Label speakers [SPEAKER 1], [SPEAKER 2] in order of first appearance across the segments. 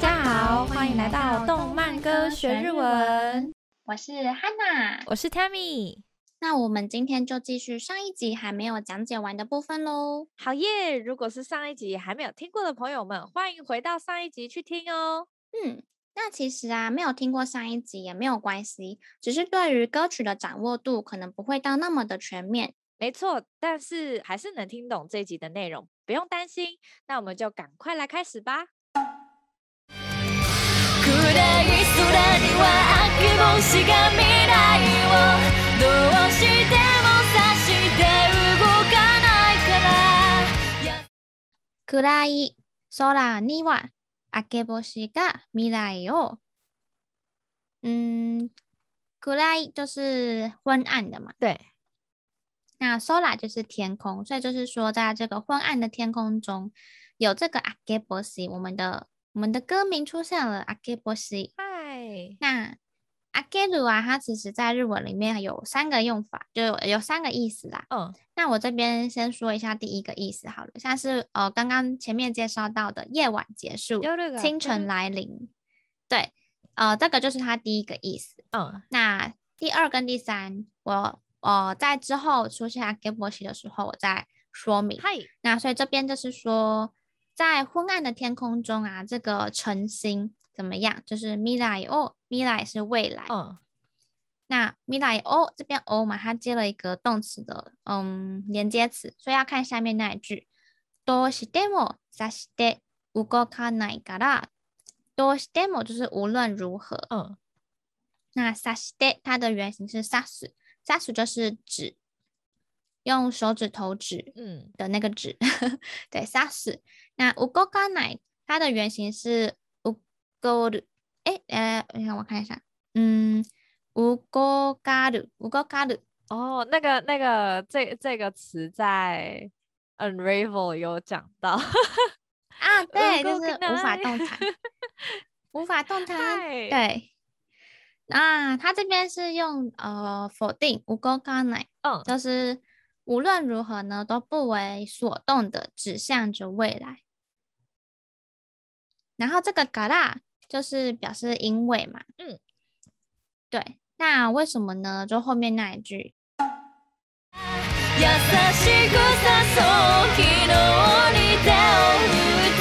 [SPEAKER 1] 好，欢迎来到动漫歌学日文，
[SPEAKER 2] 我是 Hanna。
[SPEAKER 1] 我是 Tammy。
[SPEAKER 2] 那我们今天就继续上一集还没有讲解完的部分喽。
[SPEAKER 1] 好耶！如果是上一集还没有听过的朋友们，欢迎回到上一集去听哦。
[SPEAKER 2] 嗯，那其实啊，没有听过上一集也没有关系，只是对于歌曲的掌握度可能不会到那么的全面。
[SPEAKER 1] 没错，但是还是能听懂这一集的内容，不用担心。那我们就赶快来开始吧。
[SPEAKER 3] 暗い空には秋星が未来をどうしても指して動かないからや
[SPEAKER 2] 暗い空には明け星が未来を。嗯，暗い就是昏暗的嘛。
[SPEAKER 1] 对，
[SPEAKER 2] 那 sola 就是天空，所以就是说，在这个昏暗的天空中，有这个阿给波西，我们的我们的歌名出现了阿给波西。
[SPEAKER 1] 嗨，
[SPEAKER 2] 那阿给鲁啊，它其实在日文里面有三个用法，就有有三个意思啦。
[SPEAKER 1] 嗯，
[SPEAKER 2] 那我这边先说一下第一个意思好了，像是呃刚刚前面介绍到的夜晚结束，
[SPEAKER 1] 夜が
[SPEAKER 2] 清晨
[SPEAKER 1] 来，
[SPEAKER 2] 来临，对，呃，这个就是它第一个意思。
[SPEAKER 1] 嗯，
[SPEAKER 2] 那第二跟第三，我我在之后出现 a g a b o s h 的时候，我再说明。
[SPEAKER 1] 嗨，
[SPEAKER 2] 那所以这边就是说，在昏暗的天空中啊，这个晨星怎么样？就是 mirai o mirai 是未来，
[SPEAKER 1] 嗯，
[SPEAKER 2] 那 mirai o 这边 o 嘛，它接了一个动词的嗯连接词，所以要看下面那一句，どうしてもさして動かないから。どうしても就是无论如何，
[SPEAKER 1] 嗯，
[SPEAKER 2] 哦那 s a s h e 它的原型是 sas，sas 就是指，用手指头指
[SPEAKER 1] 嗯，
[SPEAKER 2] 的那个指， 对 sas。那 ugoganai 它的原型是 ugoru，哎，呃，等一下我看一下，嗯，ugogaru，ugogaru，
[SPEAKER 1] 哦，那个那个，这这个词在 Unravel 有讲到，
[SPEAKER 2] 啊， 对，就是无法
[SPEAKER 1] ugoganai
[SPEAKER 2] 动弹，无法动弹，
[SPEAKER 1] 嗨，
[SPEAKER 2] 对。那它这边是用呃否定 ugoganai。
[SPEAKER 1] 嗯，
[SPEAKER 2] 就是无论如何呢，都不为所动的指向着未来。然后这个嘎啦就是表示因为嘛，
[SPEAKER 1] 嗯，
[SPEAKER 2] 对。那为什么呢？就后面那一句，
[SPEAKER 3] 優しく誘う昨日に手を振って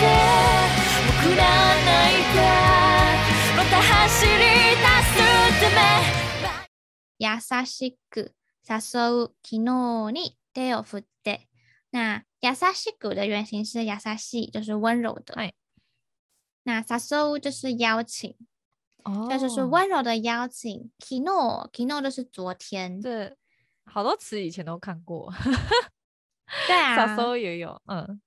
[SPEAKER 3] 僕ら泣いてまた走り出すため
[SPEAKER 2] 優しく誘う昨日に手を振って。那優しく的原型是優しい，就是温柔的。
[SPEAKER 1] 哎
[SPEAKER 2] 那誘う就是邀请，
[SPEAKER 1] 哦，
[SPEAKER 2] 这就是温柔的邀请。昨日，昨日就是昨天，
[SPEAKER 1] 这好多词以前都看过，
[SPEAKER 2] 对
[SPEAKER 1] 小
[SPEAKER 2] 啊
[SPEAKER 1] 时，候也有，嗯，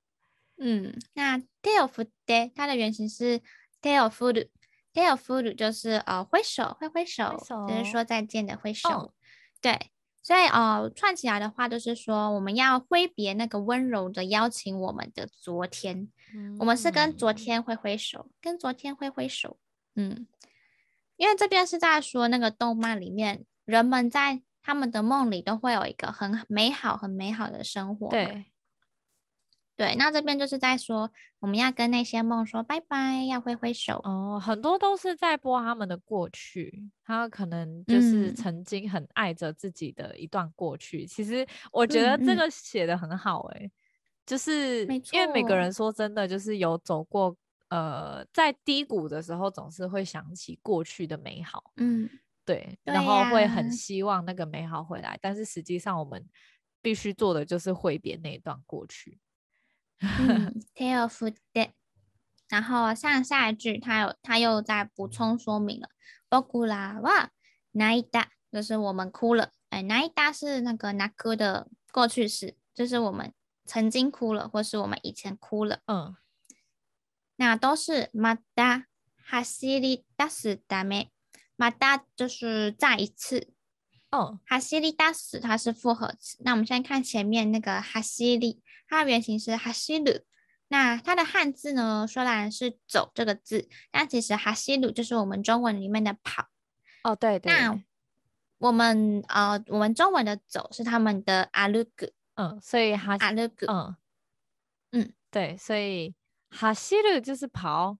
[SPEAKER 2] 嗯，那 tail f o o day 它的原型是 tail f o o d tail f o o d 就是呃挥手，挥挥手，哦就是
[SPEAKER 1] 手
[SPEAKER 2] 说再见的挥手。对，所以呃串起来的话，就是说我们要挥别那个温柔的邀请我们的昨天，我们是跟昨
[SPEAKER 1] 嗯，
[SPEAKER 2] 天挥挥手，跟昨天挥挥手，嗯，因为这边是在说那个动漫里面，人们在他们的梦里都会有一个很美好、很美好的生活嘛。
[SPEAKER 1] 对，
[SPEAKER 2] 对，那这边就是在说，我们要跟那些梦说拜拜，要挥挥手。
[SPEAKER 1] 哦，很多都是在播他们的过去，他可能就是
[SPEAKER 2] 嗯
[SPEAKER 1] 曾经很爱着自己的一段过去。其实我觉得这
[SPEAKER 2] 嗯嗯
[SPEAKER 1] 个写的很好、欸，就是
[SPEAKER 2] 没
[SPEAKER 1] 因为每个
[SPEAKER 2] 错
[SPEAKER 1] 人说真的，就是有走过，呃，在低谷的时候，总是会想起过去的美好。
[SPEAKER 2] 嗯，
[SPEAKER 1] 对，
[SPEAKER 2] 对
[SPEAKER 1] 然后会很
[SPEAKER 2] 呀
[SPEAKER 1] 希望那个美好回来，但是实际上我们必须做的就是挥别那一段过去。
[SPEAKER 2] 嗯，tale of day。然后像下一句，他有他又在补充说明了，包括啦哇那一哒，就是我们哭了，哎，那一哒是那个那哭的过去式，就是我们曾经哭了，或是我们以前哭了，
[SPEAKER 1] 嗯，
[SPEAKER 2] 那都是また走り出すため，また就是再一次，
[SPEAKER 1] 哦，
[SPEAKER 2] 哈西利达斯它是复合词。那我们现在看前面那个哈西利，它的原型是哈西鲁。那它的汉字呢，虽然是“走”这个字，但其实哈西鲁就是我们中文里面的“跑
[SPEAKER 1] 哦，对”。对，
[SPEAKER 2] 那我们呃，我们中文的“走”是他们的阿鲁古
[SPEAKER 1] 嗯，所以哈，
[SPEAKER 2] 阿鲁古。
[SPEAKER 1] 嗯
[SPEAKER 2] 嗯，
[SPEAKER 1] 对，所以哈西鲁就是跑，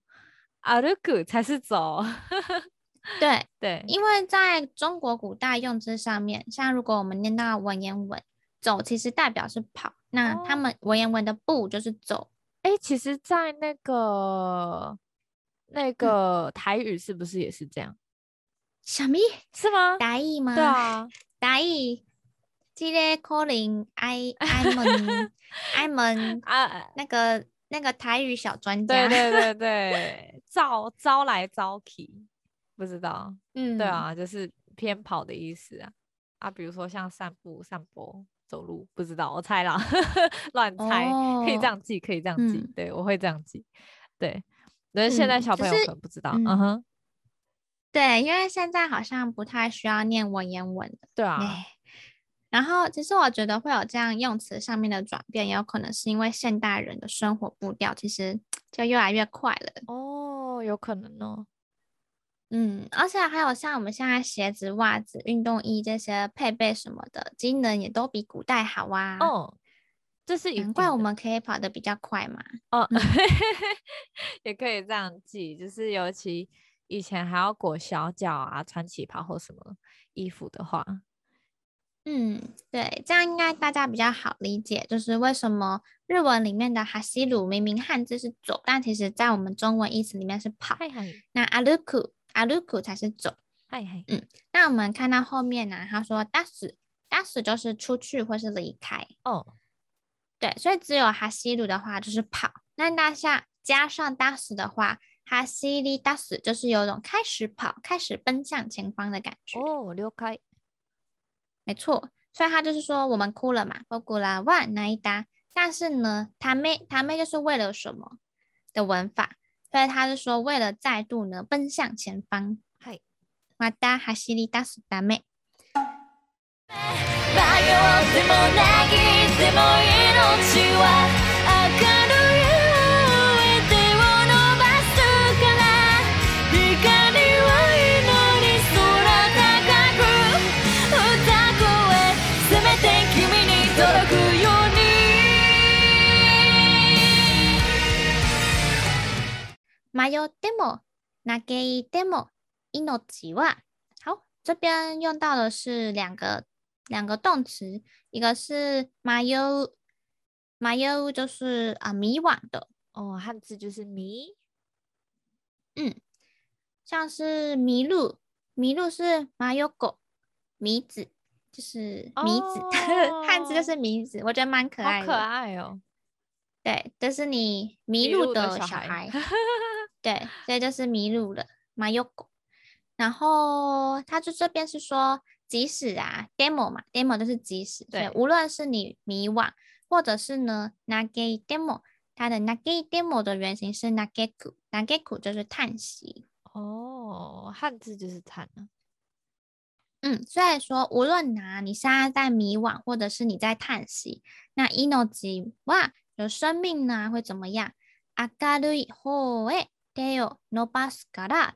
[SPEAKER 1] 歩く才是走。
[SPEAKER 2] 对，
[SPEAKER 1] 对，
[SPEAKER 2] 因为在中国古代用字上面，像如果我们念到文言文，走其实代表是跑，那他
[SPEAKER 1] 哦
[SPEAKER 2] 们文言文的步就是走，
[SPEAKER 1] 哎、其实，在那个那个台语是不是也是这样？
[SPEAKER 2] 什么
[SPEAKER 1] 是吗？
[SPEAKER 2] 达 意吗？
[SPEAKER 1] 对，啊，
[SPEAKER 2] 达意，这个可能 爱爱们爱们
[SPEAKER 1] 啊，
[SPEAKER 2] 那个那个台语小专家，
[SPEAKER 1] 对对对对，招招来招去，不知道。
[SPEAKER 2] 嗯，
[SPEAKER 1] 对，啊，就是偏跑的意思啊。啊，比如说像散步、散步、走路，不知道，我猜啦， 乱猜，可以这
[SPEAKER 2] 哦
[SPEAKER 1] 样记，可以这样记，
[SPEAKER 2] 嗯
[SPEAKER 1] 对我会这样记，对。但是现在
[SPEAKER 2] 嗯
[SPEAKER 1] 小
[SPEAKER 2] 就
[SPEAKER 1] 朋友
[SPEAKER 2] 是
[SPEAKER 1] 可能不知道，
[SPEAKER 2] 嗯
[SPEAKER 1] 嗯哼，
[SPEAKER 2] 对，因为现在好像不太需要念文言文了。
[SPEAKER 1] 对啊，
[SPEAKER 2] 哎，然后其实我觉得会有这样用词上面的转变，也有可能是因为现代人的生活步调其实就越来越快了。
[SPEAKER 1] 哦，有可能哦，
[SPEAKER 2] 嗯，而且还有像我们现在鞋子、袜子、运动衣这些配备什么的，机能也都比古代好啊。，
[SPEAKER 1] 哦，这是一
[SPEAKER 2] 难怪
[SPEAKER 1] 定
[SPEAKER 2] 我
[SPEAKER 1] 的
[SPEAKER 2] 们可以跑得比较快嘛。
[SPEAKER 1] 哦
[SPEAKER 2] 嗯，
[SPEAKER 1] 也可以这样记，就是尤其以前还要裹小脚啊，穿旗袍或什么衣服的话，
[SPEAKER 2] 嗯，对，这样应该大家比较好理解，就是为什么日文里面的哈西鲁明明汉字是走，但其实在我们中文意思里面是跑。
[SPEAKER 1] 嗨嗨
[SPEAKER 2] 那阿鲁库阿鲁库才是走。
[SPEAKER 1] 嗨嗨，
[SPEAKER 2] 那我们看到后面呢、他说 das das 就是出去或是离开，
[SPEAKER 1] 哦，
[SPEAKER 2] 对，所以只有哈西鲁的话就是跑，那大下加上 das 的话，哈西里 das 就是有种开始跑、开始奔向前方的感觉，
[SPEAKER 1] 哦，了解。
[SPEAKER 2] 没错。所以他就是说我们哭了嘛，波古拉哇那一达，但是呢，他妹他妹就是为了什么的文法，所以他是说为了再度呢奔向前方，
[SPEAKER 1] 嗨，
[SPEAKER 2] また走り出すため。
[SPEAKER 3] 迷ってもなぎっても命は明るい手を伸ばすから光は祈り空高く歌声せめて君に届くように
[SPEAKER 2] 迷っても嘆いても命は。好，这边用到的是两个两个动词，一个是迷う，迷う就是啊、呃迷惘的，
[SPEAKER 1] 哦，汉字就是迷
[SPEAKER 2] 像是迷路，迷路是迷有狗，迷子就是迷子， 汉字就
[SPEAKER 1] 哦
[SPEAKER 2] 是迷子，我觉得蛮可
[SPEAKER 1] 好
[SPEAKER 2] 爱的。
[SPEAKER 1] 可爱哦。
[SPEAKER 2] 对，这 是你迷
[SPEAKER 1] 迷
[SPEAKER 2] 路
[SPEAKER 1] 路的
[SPEAKER 2] 的
[SPEAKER 1] 小
[SPEAKER 2] 小
[SPEAKER 1] 孩
[SPEAKER 2] 孩。对，所以就是迷路了，马有狗。然后他就这边是说，即使啊，demo 嘛，demo 就是即使，所以
[SPEAKER 1] 对
[SPEAKER 2] 无论是你迷惘，或者是呢，nage demo，它的 nage demo 的原型是 nageku，nageku 就是叹息。
[SPEAKER 1] 哦，汉字就是惨了。
[SPEAKER 2] 嗯，所以说无论哪，你现在在迷惘，或者是你在叹息，那 inoji 哇，有生命呢会怎么样？明るい方へ手を伸ばすから、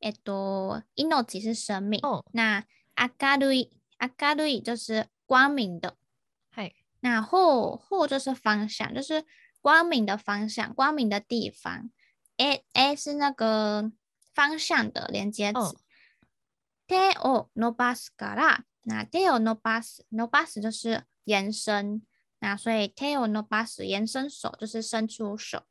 [SPEAKER 2] えっと、inoji 是生命，
[SPEAKER 1] 哦，
[SPEAKER 2] 那明るい明るい就是光明的，
[SPEAKER 1] 嗨，
[SPEAKER 2] 那后后就是方向，就是光明的方向，光明的地方。A A 是那个方向的连接词。
[SPEAKER 1] 嗯
[SPEAKER 2] te o no bas 啦，那 te o no bas no bas 就是延伸，那所以 te o no bas 延伸手就是伸出手。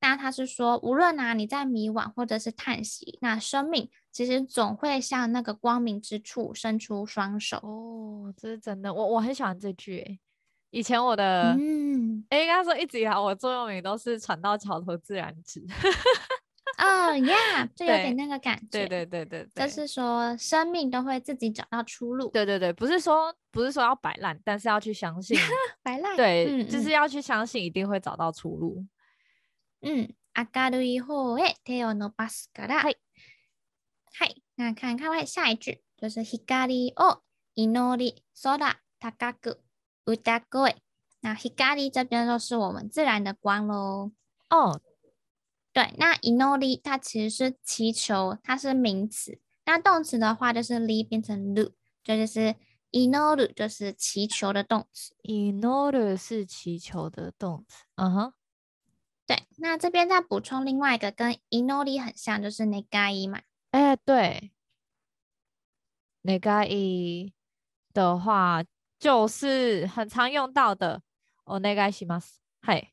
[SPEAKER 2] 那他是说，无论啊你在迷惘或者是叹息，那生命其实总会向那个光明之处伸出双手。
[SPEAKER 1] 哦，这是真的，我我很喜欢这句诶。以前我的，
[SPEAKER 2] 嗯，
[SPEAKER 1] 诶，应该说一直以来我座右铭都是“船到桥头自然 直
[SPEAKER 2] 哦呀，就有点
[SPEAKER 1] 对
[SPEAKER 2] 那个感”。
[SPEAKER 1] 对
[SPEAKER 2] 觉。
[SPEAKER 1] 对对对对，
[SPEAKER 2] 就是说生命都会自己找到出路。
[SPEAKER 1] 对对对，不是说不是说要摆烂，但是要去相 信，
[SPEAKER 2] 白赖，
[SPEAKER 1] 对，
[SPEAKER 2] 嗯
[SPEAKER 1] 就是要去相信一定会找到出路。
[SPEAKER 2] 嗯，嗯明るい方へ手を伸ばすから。
[SPEAKER 1] はい
[SPEAKER 2] はい。那看看外下一句，就是光を祈り空高く歌声。那 hikari 这边就是我们自然的光喽。
[SPEAKER 1] 哦，
[SPEAKER 2] 对，那 inori 它其实是祈求，它是名词。那动词的话就是 li 变成 lu，这就是 inori 就是祈求的动词。
[SPEAKER 1] i n o r 是祈求的动词。嗯哼，
[SPEAKER 2] 对，那这边再补充另外一个跟 inori 很像，就是那个一嘛。
[SPEAKER 1] 哎、对，那个一的话就是很常用到的。お願いします。はい。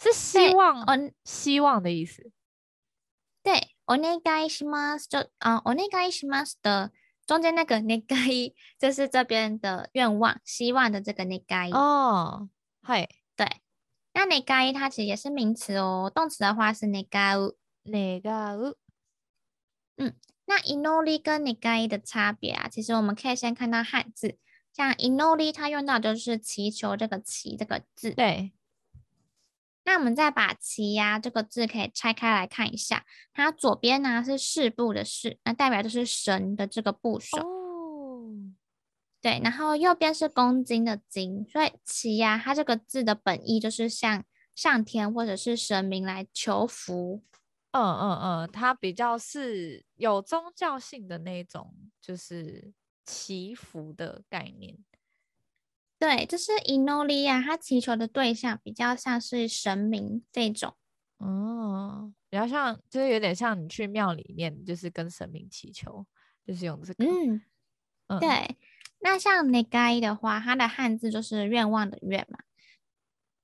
[SPEAKER 1] 是希
[SPEAKER 2] 对
[SPEAKER 1] 望、
[SPEAKER 2] お
[SPEAKER 1] 希望的意思。
[SPEAKER 2] 对，お願いします就啊、お願いします的中间那个 願い就是这边的愿望、希望的这个願い。
[SPEAKER 1] 哦，はい。
[SPEAKER 2] 那願い它其实也是名词哦，动词的话是願う。
[SPEAKER 1] 願う。
[SPEAKER 2] 那 inori 跟 negai 的差别啊，其实我们可以先看到汉字，像 inori 它用到就是祈求这个祈这个字。
[SPEAKER 1] 对，
[SPEAKER 2] 那我们再把祈呀、这个字可以拆开来看一下，它左边呢是士部的士，那代表就是神的这个部首。
[SPEAKER 1] 哦，
[SPEAKER 2] 对，然后右边是公斤的斤，所以祈呀、它这个字的本意就是向上天或者是神明来求福。
[SPEAKER 1] 嗯嗯嗯，它比较是有宗教性的那种，就是祈福的概念。
[SPEAKER 2] 对，就是 inori 啊，它祈求的对象比较像是神明这种。
[SPEAKER 1] 哦，比较像，就是有点像你去庙里面，就是跟神明祈求，就是用这个。
[SPEAKER 2] 嗯，
[SPEAKER 1] 嗯，
[SPEAKER 2] 对，那像 E negai 的话，它的汉字就是愿望的愿嘛，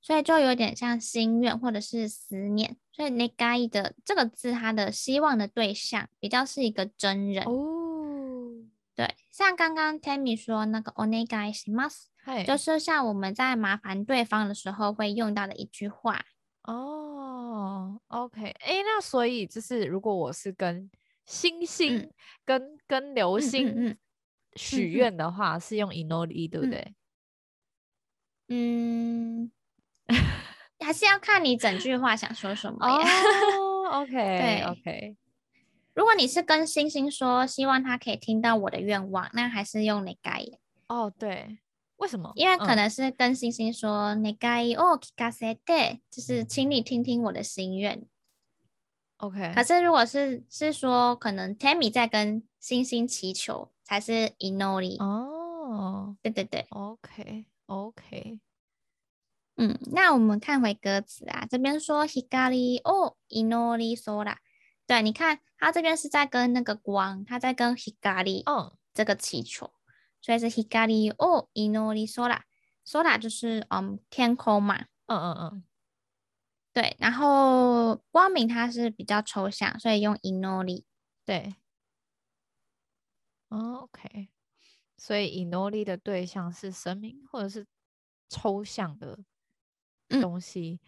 [SPEAKER 2] 所以就有点像心愿或者是思念。所以 E negai 的这个字，它的希望的对象比较是一个真人。
[SPEAKER 1] 哦，
[SPEAKER 2] 对，像刚刚 Tammy 说那个 E onegai shimas，
[SPEAKER 1] 嗨，
[SPEAKER 2] 就是像我们在麻烦对方的时候会用到的一句话。
[SPEAKER 1] 哦，OK，诶，那所以就是如果我是跟星星、跟跟流
[SPEAKER 2] 嗯嗯
[SPEAKER 1] 星
[SPEAKER 2] 嗯
[SPEAKER 1] 许
[SPEAKER 2] 嗯
[SPEAKER 1] 愿的话，是用 inori 对不
[SPEAKER 2] 嗯
[SPEAKER 1] 对？
[SPEAKER 2] 嗯，还是要看你整句话想说什么
[SPEAKER 1] 哦
[SPEAKER 2] 呀。
[SPEAKER 1] ，OK OK，
[SPEAKER 2] 如果你是跟星星说，希望他可以听到我的愿望，那还是用 negai，
[SPEAKER 1] 哦对，为什么？
[SPEAKER 2] 因为可
[SPEAKER 1] 嗯
[SPEAKER 2] 能是跟星星说 negai o kikasete，就是
[SPEAKER 1] 嗯
[SPEAKER 2] 请你听听我的心愿。
[SPEAKER 1] OK，
[SPEAKER 2] 可是如果是是说，可能 Tammy 在跟星星祈求，才是 inori。
[SPEAKER 1] 哦
[SPEAKER 2] 对对对，
[SPEAKER 1] ，OK OK，
[SPEAKER 2] 嗯，那我们看回歌词啊，这边说 hikari o inori sora，对，你看他这边是在跟那个光，他在跟 hikari
[SPEAKER 1] 嗯，
[SPEAKER 2] 这个祈求，所以是 hikari o inori sora。sora 就是嗯天空嘛，
[SPEAKER 1] 嗯嗯嗯，
[SPEAKER 2] 对。然后光明它是比较抽象，所以用 inori。
[SPEAKER 1] 对。哦，OK，所以 inori 的对象是神明或者是抽象的
[SPEAKER 2] 嗯
[SPEAKER 1] 东西，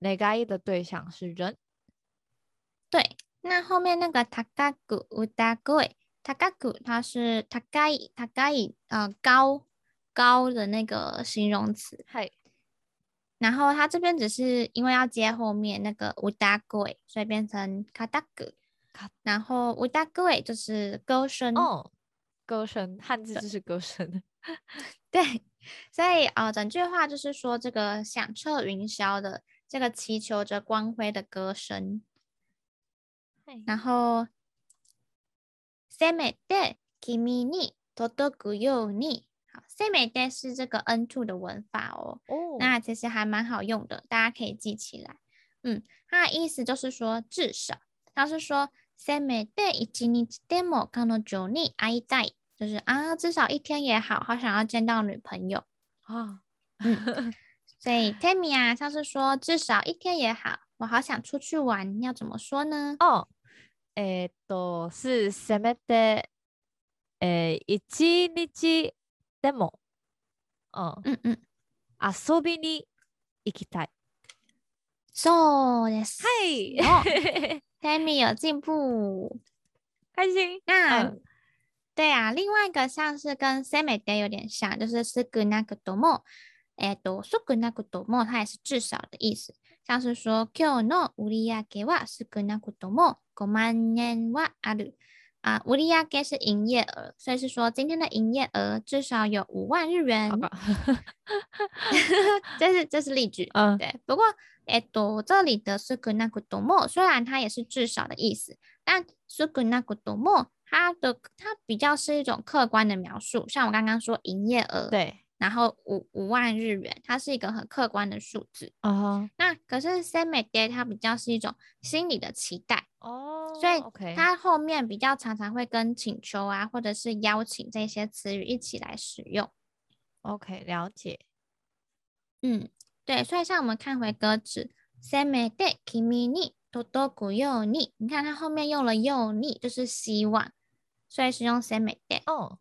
[SPEAKER 1] n g a i 的对象是人。
[SPEAKER 2] 对，那后面那个 takaku udagoi，takaku 它是 takai takai 呃高高的那个形容词，
[SPEAKER 1] 嗨，
[SPEAKER 2] 然后它这边只是因为要接后面那个 udagoi，所以变成 kataku。然后 udagoi 就是歌声。
[SPEAKER 1] 哦，歌声，汉字就是歌 声。
[SPEAKER 2] 对， 所以呃，整句话就是说这个响彻云霄的这个祈求着光辉的歌声，然后せめて君に届くように，好，せめて是这个 N two 的文法哦，
[SPEAKER 1] 哦，
[SPEAKER 2] 那其实还蛮好用的，大家可以记起来。嗯，它的意思就是说至少，它是说せめて一日でも彼女に会いたい，就是啊，至少一天也好，好想要见到女朋友。
[SPEAKER 1] 啊，
[SPEAKER 2] 所以 Tammy 啊，像是说至少一天也好，我好想出去玩，要怎么说呢？
[SPEAKER 1] 哦，えーっと、是せめて、えー、一日でも、うん、
[SPEAKER 2] 嗯嗯，
[SPEAKER 1] 遊びに行きたい。
[SPEAKER 2] そうです。
[SPEAKER 1] はい
[SPEAKER 2] 哦 Tammy 有进步。
[SPEAKER 1] 开心。
[SPEAKER 2] 那、
[SPEAKER 1] 嗯
[SPEAKER 2] 对啊，另外一个像是跟 s e m e d 有点像，就是すぐなくとも，えっとすぐなくとも，它也是至少的意思。像是说今日の売り上げは少なくとも5万円はある。啊，売り上げ是营业额，所以是说今天的营业额至少有五万日元
[SPEAKER 1] 好。吧
[SPEAKER 2] 这是这是例句。
[SPEAKER 1] 嗯，
[SPEAKER 2] 对，不过，えっと、这里的すぐなくとも虽然它也是至少的意思，但すぐなくとも它的它比较是一种客观的描述，像我刚刚说营业额，
[SPEAKER 1] 对，
[SPEAKER 2] 然后五五万日元，它是一个很客观的数字。
[SPEAKER 1] 啊
[SPEAKER 2] 那可是 s e m e d a 它比较是一种心理的期待，
[SPEAKER 1] 哦，
[SPEAKER 2] 所以
[SPEAKER 1] OK，
[SPEAKER 2] 它后面比较常常会跟请求啊，或者是邀请这些词语一起来使用。
[SPEAKER 1] OK 了解，
[SPEAKER 2] 嗯，对，所以像我们看回歌词 s e m e d a kimi ni todoku yo ni，你看它后面用了 yo ni，就是希望，所以是用 s e m e d a
[SPEAKER 1] 哦，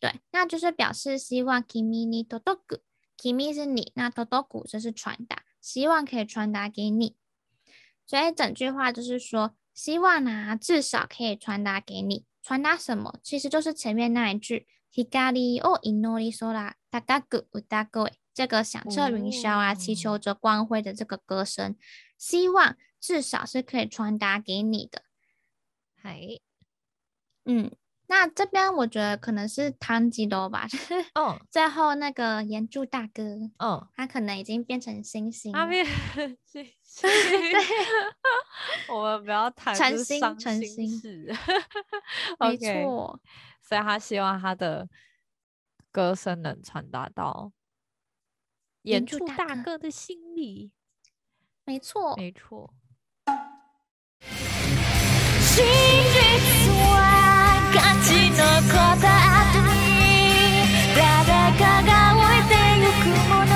[SPEAKER 2] 对，那就是表示希望 kimi ni todoku。kimi 是你，那 todoku 就是传达，希望可以传达给你。所以整句话就是说，希望啊，至少可以传达给你。传达什么？其实就是前面那一句，hikari o inori sora takaku utagoe，这个响彻云霄啊，祈求着光辉的这个歌声，希望至少是可以传达给你的。
[SPEAKER 1] 嗨，
[SPEAKER 2] 嗯，那这边我觉得可能是汤吉罗吧， 就是
[SPEAKER 1] 哦，
[SPEAKER 2] 最后那个岩柱大哥，
[SPEAKER 1] 哦，
[SPEAKER 2] 他可能已经变成星星
[SPEAKER 1] 阿
[SPEAKER 2] 了，
[SPEAKER 1] 面，谢谢， 我们不要谈
[SPEAKER 2] 诚
[SPEAKER 1] 这
[SPEAKER 2] 心
[SPEAKER 1] 伤
[SPEAKER 2] 诚
[SPEAKER 1] 心
[SPEAKER 2] 心
[SPEAKER 1] 事
[SPEAKER 2] 没
[SPEAKER 1] ，OK，
[SPEAKER 2] 错，
[SPEAKER 1] 所以他希望他的歌声能传达到
[SPEAKER 2] 原
[SPEAKER 1] 演
[SPEAKER 2] 著
[SPEAKER 1] 出
[SPEAKER 2] 大
[SPEAKER 1] 大
[SPEAKER 2] 哥
[SPEAKER 1] 哥的心里，
[SPEAKER 2] 没错，
[SPEAKER 1] 没错。
[SPEAKER 3] 真実はガチのことあとに誰かが置いてゆくもの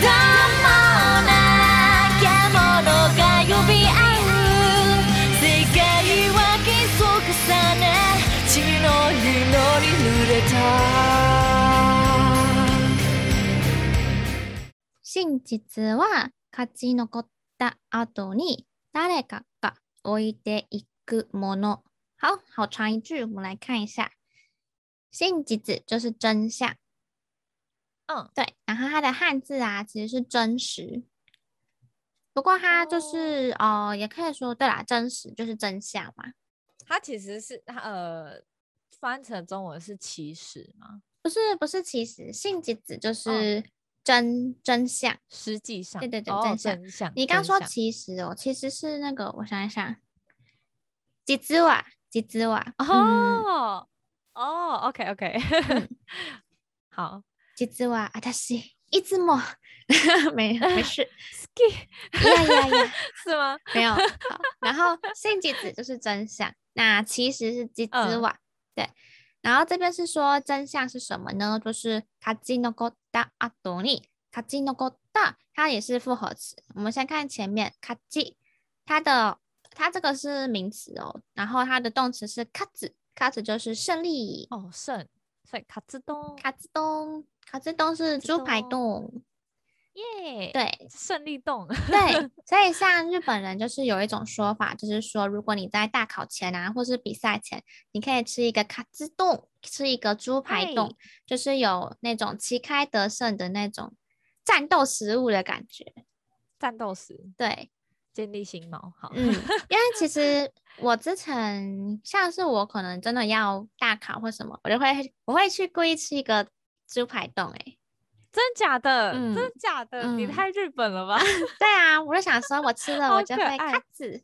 [SPEAKER 3] どうもなきゃものが呼び合う世界は規則さね血の色に濡れた
[SPEAKER 2] 真実は勝ち残った後に誰かが置いていくもの。好好长一句，我们来看一下。真実就是真相，
[SPEAKER 1] 嗯，
[SPEAKER 2] 对。然后它的汉字啊，其实是真实。不过它就是哦、呃也可以说对啦，真实就是真相嘛。
[SPEAKER 1] 他其实是它呃，翻成中文是起始吗？
[SPEAKER 2] 不是不是，其实真実
[SPEAKER 1] 哦
[SPEAKER 2] 就是真、真相。
[SPEAKER 1] 实际上，
[SPEAKER 2] 对对
[SPEAKER 1] 哦、
[SPEAKER 2] 真相
[SPEAKER 1] 真相。
[SPEAKER 2] 你刚
[SPEAKER 1] 真
[SPEAKER 2] 说
[SPEAKER 1] 相
[SPEAKER 2] 其实哦，其实是那个，我想一想，几只瓦，几只瓦，嗯，
[SPEAKER 1] 哦、哦，OK OK，好
[SPEAKER 2] 几只瓦，啊，它是一只么？ 没没事，
[SPEAKER 1] ，ski
[SPEAKER 2] 呀呀呀，
[SPEAKER 1] 是吗？
[SPEAKER 2] 没有。好，然后性几子就是真相，那其实是几只
[SPEAKER 1] 嗯
[SPEAKER 2] 瓦，对。然后这边是说真相是什么呢？就是卡基诺ゴダ阿多尼，卡基诺ゴダ，它也是复合词。我们先看前面卡基，它的它这个是名词哦，然后它的动词是卡子，卡子就是胜利，
[SPEAKER 1] 哦，胜，所以卡兹东，
[SPEAKER 2] 卡兹东，卡兹东是
[SPEAKER 1] 兹
[SPEAKER 2] 猪排
[SPEAKER 1] 东
[SPEAKER 2] 冻，
[SPEAKER 1] 耶，，
[SPEAKER 2] 对，
[SPEAKER 1] 胜利洞，
[SPEAKER 2] 对，所以像日本人就是有一种说法，就是说，如果你在大考前啊，或是比赛前，你可以吃一个卡兹冻，吃一个猪排冻，就是有那种旗开得胜的那种战斗食物的感觉。
[SPEAKER 1] 战斗时
[SPEAKER 2] 对，
[SPEAKER 1] 建立新毛，好，
[SPEAKER 2] 嗯，因为其实我之前像是我可能真的要大考或什么，我就会我会去故意吃一个猪排冻、欸， 诶，
[SPEAKER 1] 真假的，真
[SPEAKER 2] 嗯
[SPEAKER 1] 真假的，你
[SPEAKER 2] 嗯
[SPEAKER 1] 太日本了吧？
[SPEAKER 2] 对啊，我就想说，我吃了
[SPEAKER 1] 好
[SPEAKER 2] 我就
[SPEAKER 1] 可
[SPEAKER 2] 会
[SPEAKER 1] 爱
[SPEAKER 2] 卡子，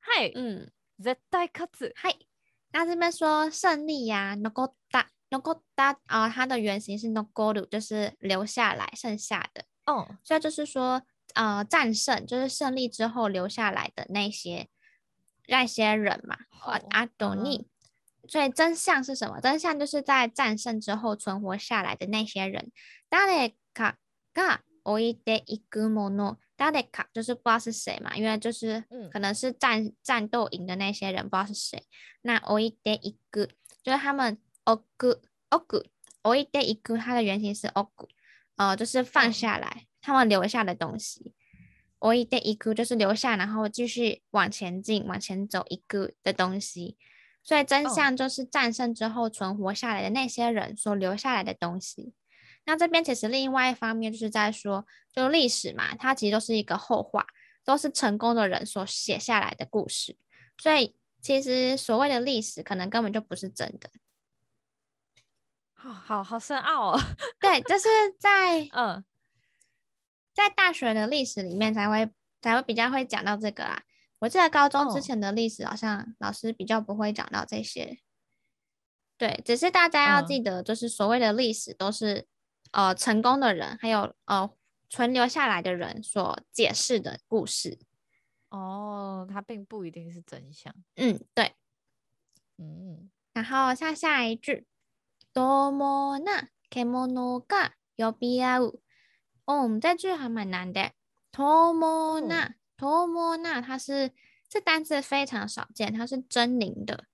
[SPEAKER 1] 嗨，
[SPEAKER 2] 嗯。
[SPEAKER 1] 絶対勝つ，
[SPEAKER 2] 嗨，那这边说胜利呀、n o g o d a n o g o d a 啊，它的原型是 nogoru，就是留下来、剩下的，
[SPEAKER 1] 哦，
[SPEAKER 2] 所以就是说，呃，战胜就是胜利之后留下来的那些那些人嘛，啊
[SPEAKER 1] 好
[SPEAKER 2] 阿斗
[SPEAKER 1] 嗯
[SPEAKER 2] 尼。所以真相是什么？真相就是在战胜之后存活下来的那些人。誰かが置いていくもの，誰か就是不知道是谁嘛，因为就是
[SPEAKER 1] 嗯
[SPEAKER 2] 可能是战战斗营的那些人，不知道是谁。那置いていく就是他们置く置く置いていく，它的原型是置く，呃，就是放
[SPEAKER 1] 嗯
[SPEAKER 2] 下来，他们留下的东西。置いていく就是留下，然后继续往前进，往前走一个的东西。所以真
[SPEAKER 1] 嗯
[SPEAKER 2] 相就是战胜之后存活下来的那些人所留下来的东西。那这边其实另外一方面就是在说，就历史嘛，它其实都是一个后话，都是成功的人所写下来的故事。所以其实所谓的历史，可能根本就不是真的。
[SPEAKER 1] 好好好深奥哦，
[SPEAKER 2] 对，这是在
[SPEAKER 1] 嗯，
[SPEAKER 2] 在大学的历史里面才会才会比较会讲到这个啦。我记得高中
[SPEAKER 1] 哦
[SPEAKER 2] 之前的历史好像老师比较不会讲到这些。对，只是大家要
[SPEAKER 1] 嗯
[SPEAKER 2] 记得，就是所谓的历史都是、呃成功的人，还有呃存留下来的人所解释的故事。
[SPEAKER 1] 哦，它并不一定是真相。
[SPEAKER 2] 嗯，对。
[SPEAKER 1] 嗯，
[SPEAKER 2] 然后下下一句，多么な獣が呼び合う。哦，我们这句还蛮难的。多么な，多么な，它是这单字非常少见，它是狰狞的。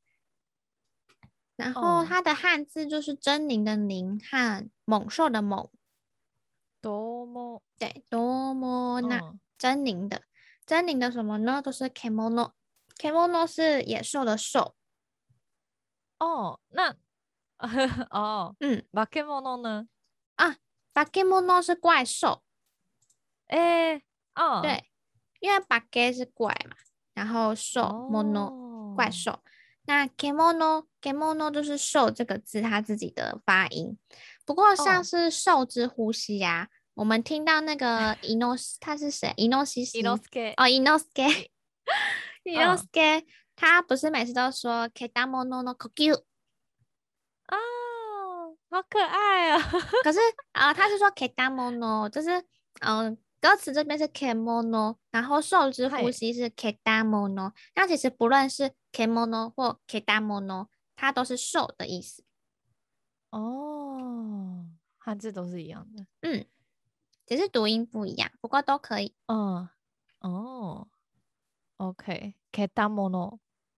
[SPEAKER 2] 然后
[SPEAKER 1] 哦
[SPEAKER 2] 它的汉字就是狰狞的狞和猛兽的猛。
[SPEAKER 1] 多么
[SPEAKER 2] 对，多么那
[SPEAKER 1] 嗯
[SPEAKER 2] 狰狞的，狰狞的什么呢？都是 kemono。kemono 是野兽的兽，
[SPEAKER 1] 哦， 那哦，
[SPEAKER 2] 嗯，
[SPEAKER 1] バケモノ呢？
[SPEAKER 2] b a k e m o n o 是怪兽，
[SPEAKER 1] 哎、哦，
[SPEAKER 2] 对，因为 b a k e 是怪嘛，然后兽 mono
[SPEAKER 1] 哦，
[SPEAKER 2] 怪兽，那 kemono kemono 就是兽这个字它自己的发音。不过
[SPEAKER 1] 哦
[SPEAKER 2] 像是兽之呼吸呀、我们听到 那个伊诺斯，他是谁？伊诺西斯，
[SPEAKER 1] 伊诺斯ケ。
[SPEAKER 2] 哦，伊诺斯ケ， 伊
[SPEAKER 1] 嗯
[SPEAKER 2] 诺斯ケ，他不是每次都说 k e d a m o n o no k o k u
[SPEAKER 1] 啊，好可爱啊！
[SPEAKER 2] 可是 啊、呃他是说 k e d a m o n o 就是嗯、呃歌词这边是 kemono，然后受之
[SPEAKER 1] 嗨
[SPEAKER 2] 呼吸是 k e d a m o n o 那其实不论是 kemono 或 k e d a m o n o 它都是受的意思。
[SPEAKER 1] 哦，汉字都是一样的。
[SPEAKER 2] 嗯，只是读音不一样，不过都可以。
[SPEAKER 1] 嗯，哦，OK，ケタモノ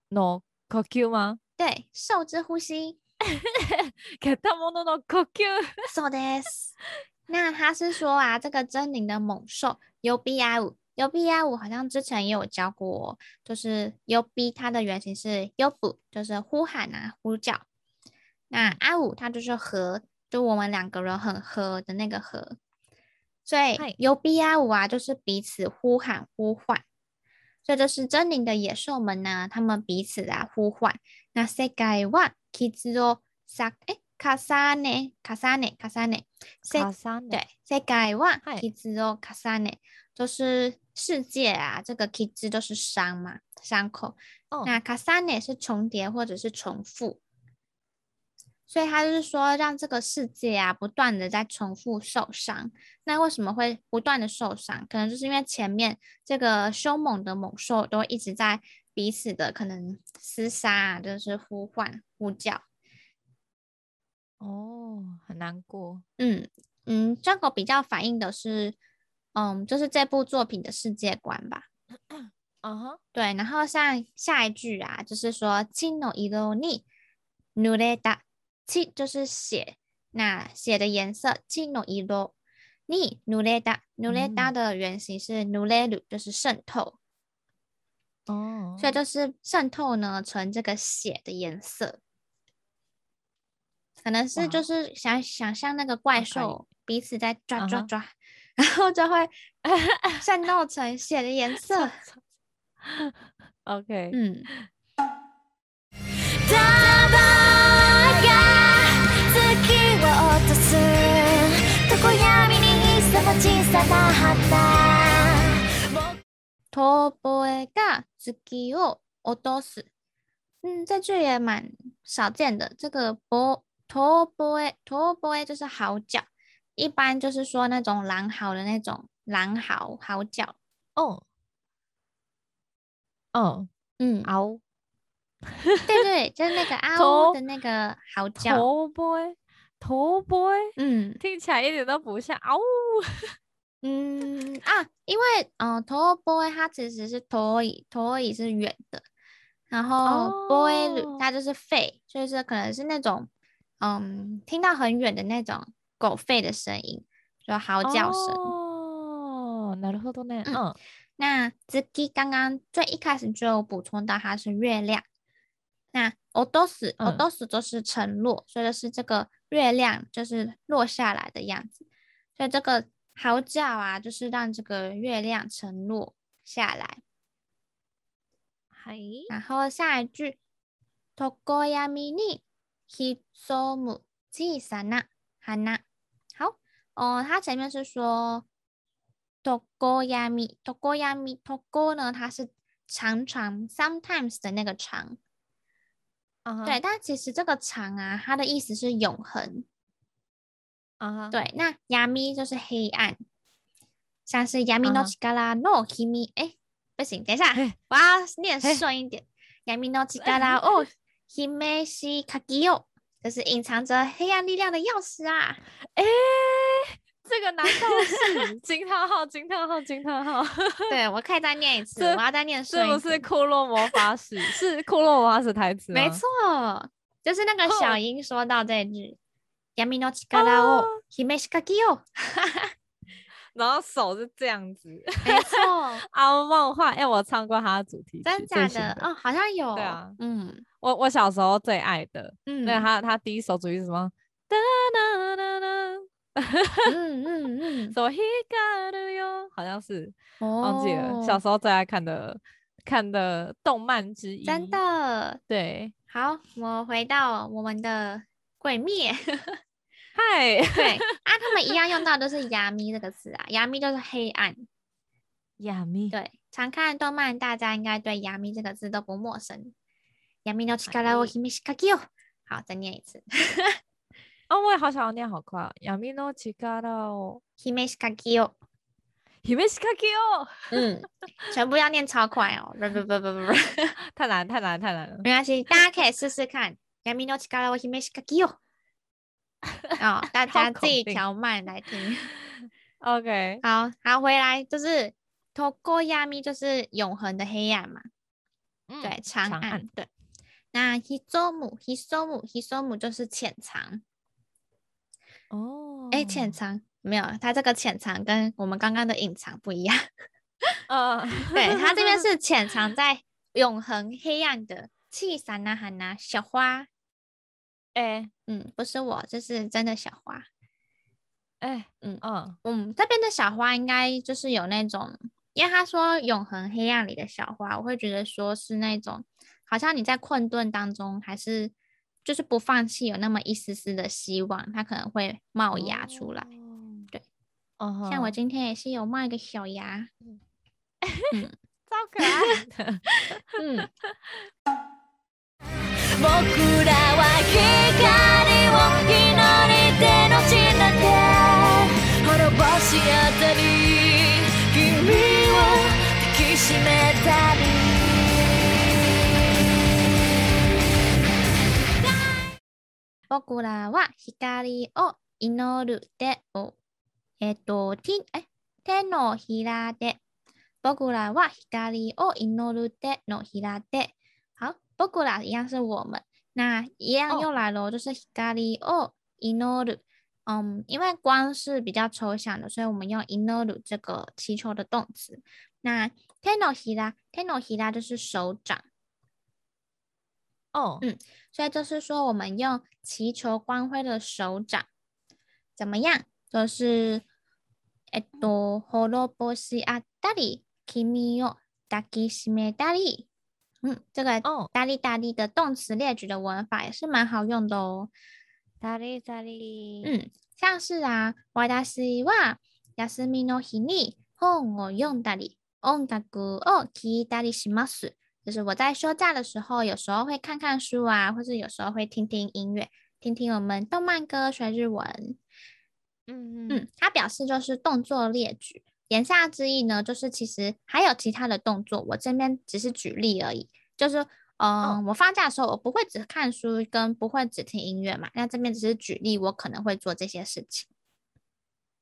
[SPEAKER 1] の呼吸吗？
[SPEAKER 2] 对，受之呼吸，
[SPEAKER 1] ケタモノの呼吸。
[SPEAKER 2] そうです。 那他是说啊，这个狰狞的猛兽 U B I 五 U B I 五好像之前也有教过，就是 U B 它的原型是 U B，就是呼喊啊呼叫。那 I 五它就是和，就我们两个人很和的那个和，所
[SPEAKER 1] 嗨
[SPEAKER 2] 以 U B I 五啊就是彼此呼喊呼唤。所以就是狰狞的野兽们呢，他们彼此啊呼唤。那世界は傷をさえ重ね重ね重ね世
[SPEAKER 1] 卡萨呢？
[SPEAKER 2] 对，世界は
[SPEAKER 1] はい
[SPEAKER 2] 傷を重ね，就是世界啊，这个傷都是伤嘛，伤口。
[SPEAKER 1] 哦，
[SPEAKER 2] 那重ね是重叠或者是重复，所以他就是说让这个世界啊不断的在重复受伤。那为什么会不断的受伤？可能就是因为前面这个凶猛的猛兽都一直在彼此的可能厮杀啊，就是呼唤呼叫。
[SPEAKER 1] 哦，很难过。
[SPEAKER 2] 嗯嗯，这个比较反映的是，嗯，就是这部作品的世界观吧。
[SPEAKER 1] 嗯哼，
[SPEAKER 2] 对，然后像下一句啊，就是说“青の色に濡れた”，青就是血，那血的颜色，青の色に濡れた，濡れた
[SPEAKER 1] 嗯
[SPEAKER 2] 的原型是濡れる，就是渗透，
[SPEAKER 1] 哦，
[SPEAKER 2] 所以就是渗透呢成这个血的颜色，可能是
[SPEAKER 1] 哇
[SPEAKER 2] 就
[SPEAKER 1] 哦
[SPEAKER 2] 是想想象那个
[SPEAKER 1] 好
[SPEAKER 2] 怪
[SPEAKER 1] 可以
[SPEAKER 2] 兽彼此在抓
[SPEAKER 1] 嗯
[SPEAKER 2] 抓
[SPEAKER 1] 哼
[SPEAKER 2] 抓， 然后就会渗透成血的 颜色，
[SPEAKER 1] OK，
[SPEAKER 2] 嗯。
[SPEAKER 3] 束が月を落とす常闇に潜む小さな旗
[SPEAKER 2] 遠吠えが月を落とす。嗯，这句也蛮少见的。这个波遠吠え，遠吠え就是嚎叫，一般就是说那种狼嚎的那种狼嚎嚎叫。
[SPEAKER 1] 哦，哦，
[SPEAKER 2] 嗯，
[SPEAKER 1] 嗷，
[SPEAKER 2] 对对，就是那个啊呜的那个嚎 叫。
[SPEAKER 1] 头 boy，头 boy，
[SPEAKER 2] 嗯
[SPEAKER 1] 听起来一点都不像嗷呜。
[SPEAKER 2] 嗯啊，因为嗯，遠吠え它其实是遠い，遠い是远的，然后波える
[SPEAKER 1] 哦
[SPEAKER 2] 它就是吠，就是可能是那种嗯，听到很远的那种狗吠的声音，就嚎叫声。
[SPEAKER 1] 哦，なるほどね。
[SPEAKER 2] 嗯
[SPEAKER 1] 嗯，
[SPEAKER 2] 那 zuki 刚刚最一开始就有补充到它是月亮，那 odos
[SPEAKER 1] 嗯
[SPEAKER 2] odos 就是沉落，所以就是这个月亮就是落下来的样子，所以这个嚎叫啊，就是让这个月亮沉落下来。
[SPEAKER 1] 嗨，
[SPEAKER 2] 然后下一句，常闇に潜む小さな花。好，哦、它前面是说常闇，常闇，常呢，它是常常 sometimes 的那个常，
[SPEAKER 1] 啊哈
[SPEAKER 2] 对，但其实这个长啊，它的意思是永恒。
[SPEAKER 1] 啊哈，
[SPEAKER 2] 对，那 yami 就是黑暗，像是 yami
[SPEAKER 1] 啊
[SPEAKER 2] no
[SPEAKER 1] 哈
[SPEAKER 2] chikara no kimi，哎，不行，等一下
[SPEAKER 1] 嘿，
[SPEAKER 2] 我要念
[SPEAKER 1] 嘿
[SPEAKER 2] 顺一点。yami no chikara o hime shi kagio，这是隐藏着黑暗力量的钥匙啊。
[SPEAKER 1] 哎、这个难道是惊叹号？惊叹号！惊叹号！
[SPEAKER 2] 对，我可以再念一次，
[SPEAKER 1] 这
[SPEAKER 2] 我要再念
[SPEAKER 1] 是
[SPEAKER 2] 顺
[SPEAKER 1] 不
[SPEAKER 2] 一
[SPEAKER 1] 是
[SPEAKER 2] 次。
[SPEAKER 1] 库洛魔法使？是库洛魔法使台词吗？
[SPEAKER 2] 没错，就是那个
[SPEAKER 1] 哦
[SPEAKER 2] 小樱说到这一句，yami no chikara o
[SPEAKER 1] 哦
[SPEAKER 2] hime shi kagio，
[SPEAKER 1] 然后手是这样子，
[SPEAKER 2] 没错。
[SPEAKER 1] 啊，梦幻！哎、我唱过他的主题曲，
[SPEAKER 2] 真
[SPEAKER 1] 最
[SPEAKER 2] 假
[SPEAKER 1] 新
[SPEAKER 2] 的？哦，好像有。
[SPEAKER 1] 啊
[SPEAKER 2] 嗯
[SPEAKER 1] 我我小时候最爱的，
[SPEAKER 2] 嗯，
[SPEAKER 1] 那他他第一首主题是什么？哒哒哒哒，
[SPEAKER 2] 嗯嗯嗯，
[SPEAKER 1] 所以嘎的哟，好像是忘记了，
[SPEAKER 2] 哦
[SPEAKER 1] 小时候最爱看的看的动漫之一。
[SPEAKER 2] 真，的
[SPEAKER 1] 对，
[SPEAKER 2] 好。我回到我们的鬼灭，
[SPEAKER 1] 嗨，
[SPEAKER 2] 对啊，他们一样用到的是“牙咪”这个词啊，“牙咪”就是黑暗。
[SPEAKER 1] 亚米，
[SPEAKER 2] 对，常看动漫，大家应该对“牙咪”这个字都不陌生。牙咪の力を秘めしかけよう。好，再念一次。
[SPEAKER 1] 哦，我也好想要念好快哦，亚米诺奇卡拉哦，
[SPEAKER 2] 秘めしかけよう。
[SPEAKER 1] ヒメシカキ哦，
[SPEAKER 2] 嗯， 全部要念超快哦。不不不不不，
[SPEAKER 1] 太难太难太难了，
[SPEAKER 2] 没关系，大家可以试试看。闇の力を秘めしかけよう。哦，大
[SPEAKER 1] 好
[SPEAKER 2] 家自
[SPEAKER 1] 口
[SPEAKER 2] 己
[SPEAKER 1] 令
[SPEAKER 2] 调慢来听。
[SPEAKER 1] OK，
[SPEAKER 2] 好，好，回来就是透过闇就是永恒的黑暗嘛，
[SPEAKER 1] 嗯
[SPEAKER 2] 对，长
[SPEAKER 1] 长
[SPEAKER 2] 暗，
[SPEAKER 1] 暗
[SPEAKER 2] 对。那 hisomu hisomu hisomu 就是潜藏，
[SPEAKER 1] 哦，
[SPEAKER 2] 哎、潜藏没有，它这个潜藏跟我们刚刚的隐藏不 一样，
[SPEAKER 1] 呃，
[SPEAKER 2] 对，它这 边是潜藏在 永恒黑暗的气散呐喊呐小花，
[SPEAKER 1] 哎
[SPEAKER 2] 嗯，不是我，这是真的小花。
[SPEAKER 1] 哎
[SPEAKER 2] 嗯
[SPEAKER 1] 嗯
[SPEAKER 2] 嗯，这边的小花应该就是有那种，因为他说永恒黑暗里的小花，我会觉得说是那种，好像你在困顿当中，还是就是不放弃，有那么一丝丝的希望，它可能会冒芽出来。
[SPEAKER 1] 哦
[SPEAKER 2] 对，
[SPEAKER 1] 哦
[SPEAKER 2] 像我
[SPEAKER 1] 吼
[SPEAKER 2] 今天也是有冒一个小芽，
[SPEAKER 1] 超可爱的。
[SPEAKER 2] 嗯，
[SPEAKER 3] 僕らは光を祈り手の血なで滅ぼし合ったり君を抱きしめたり
[SPEAKER 2] 僕らは光を祈る手を、えっと、手え手のひらで。僕らは光を祈る手のひらで。好，僕ら一样是我们，那一样
[SPEAKER 1] 哦
[SPEAKER 2] 又来了哦，就是光を祈る。嗯，因为光是比较抽象的，所以我们用祈る这个祈求的动词。那手のひら，手のひら就是手掌。
[SPEAKER 1] 哦
[SPEAKER 2] 嗯所以就是说，我们用祈求光辉的手掌，怎么样？就是，えっと、滅ぼしあったり、君を抱きしめたり。嗯，这个
[SPEAKER 1] 哦，
[SPEAKER 2] “哒哩哒哩”的动词列举的文法也是蛮好用的哦。
[SPEAKER 1] ダリダリ，
[SPEAKER 2] 嗯，像是啊，私は休みの日に本を読んだり、音楽を聴いたりします。就是我在休假的时候，有时候会看看书啊，或是有时候会听听音乐，听听我们动漫歌，学日文。
[SPEAKER 1] 嗯嗯
[SPEAKER 2] 嗯，它表示就是动作列举。言下之意呢，就是其实还有其他的动作，我这边只是举例而已。就是，嗯、我放假的时候，我不会只看书，跟不会只听音乐嘛。那这边只是举例，我可能会做这些事情。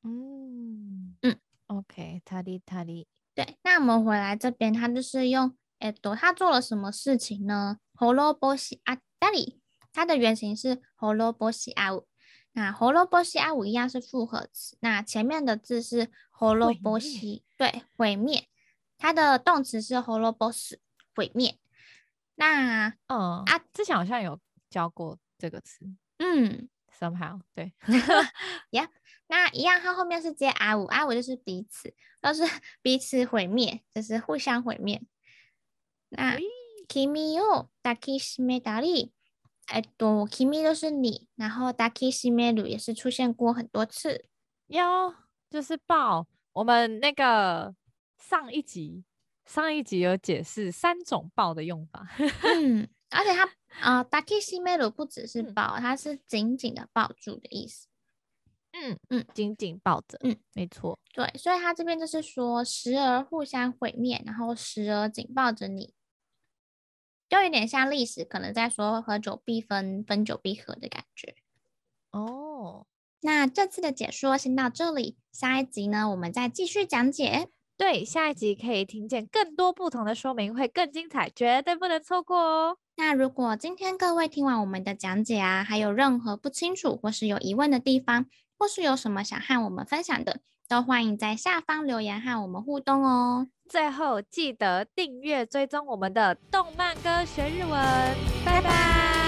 [SPEAKER 1] 嗯
[SPEAKER 2] 嗯
[SPEAKER 1] ，OK，ダリダリ，
[SPEAKER 2] 对，那我们回来这边，他就是用，诶，朵他做了什么事情呢？胡萝卜西阿达里，它的原型是胡萝卜西阿五。那胡萝卜西阿五一样是复合词，那前面的字是胡萝
[SPEAKER 1] 毁
[SPEAKER 2] 卜
[SPEAKER 1] 灭
[SPEAKER 2] 西，对，毁灭。它的动词是胡萝卜死，毁灭。那
[SPEAKER 1] 嗯啊，之前好像有教过这个词
[SPEAKER 2] 嗯，
[SPEAKER 1] ，somehow，对，
[SPEAKER 2] 那一样，它后面是接啊阿五，阿五就是彼此，都是 彼此毁灭，就是互相毁灭。那
[SPEAKER 1] 喂
[SPEAKER 2] kimi o daki shime dari，哎，多 kimi 都是你，然后 daki shime u 也是出现过很多次。
[SPEAKER 1] 要就是抱。我们那个上一集，上一集有解释三种抱的用法，
[SPEAKER 2] 嗯，而且它啊、抱きしめる不只是抱，它是紧紧的抱住的意思。
[SPEAKER 1] 嗯
[SPEAKER 2] 嗯
[SPEAKER 1] 嗯， 紧紧抱着，
[SPEAKER 2] 嗯，
[SPEAKER 1] 没错，
[SPEAKER 2] 对，所以它这边就是说，时而互相毁灭，然后时而紧抱着你，就有点像历史可能在说合久必分，分久必合的感觉。
[SPEAKER 1] 哦，
[SPEAKER 2] 那这次的解说先到这里，下一集呢，我们再继续讲解。
[SPEAKER 1] 对，下一集可以听见更多不同的说明，会更精彩，绝对不能错过哦。
[SPEAKER 2] 那如果今天各位听完我们的讲解啊，还有任何不清楚或是有疑问的地方，或是有什么想和我们分享的，都欢迎在下方留言和我们互动哦。
[SPEAKER 1] 最后记得订阅追踪我们的动漫歌学日文，拜拜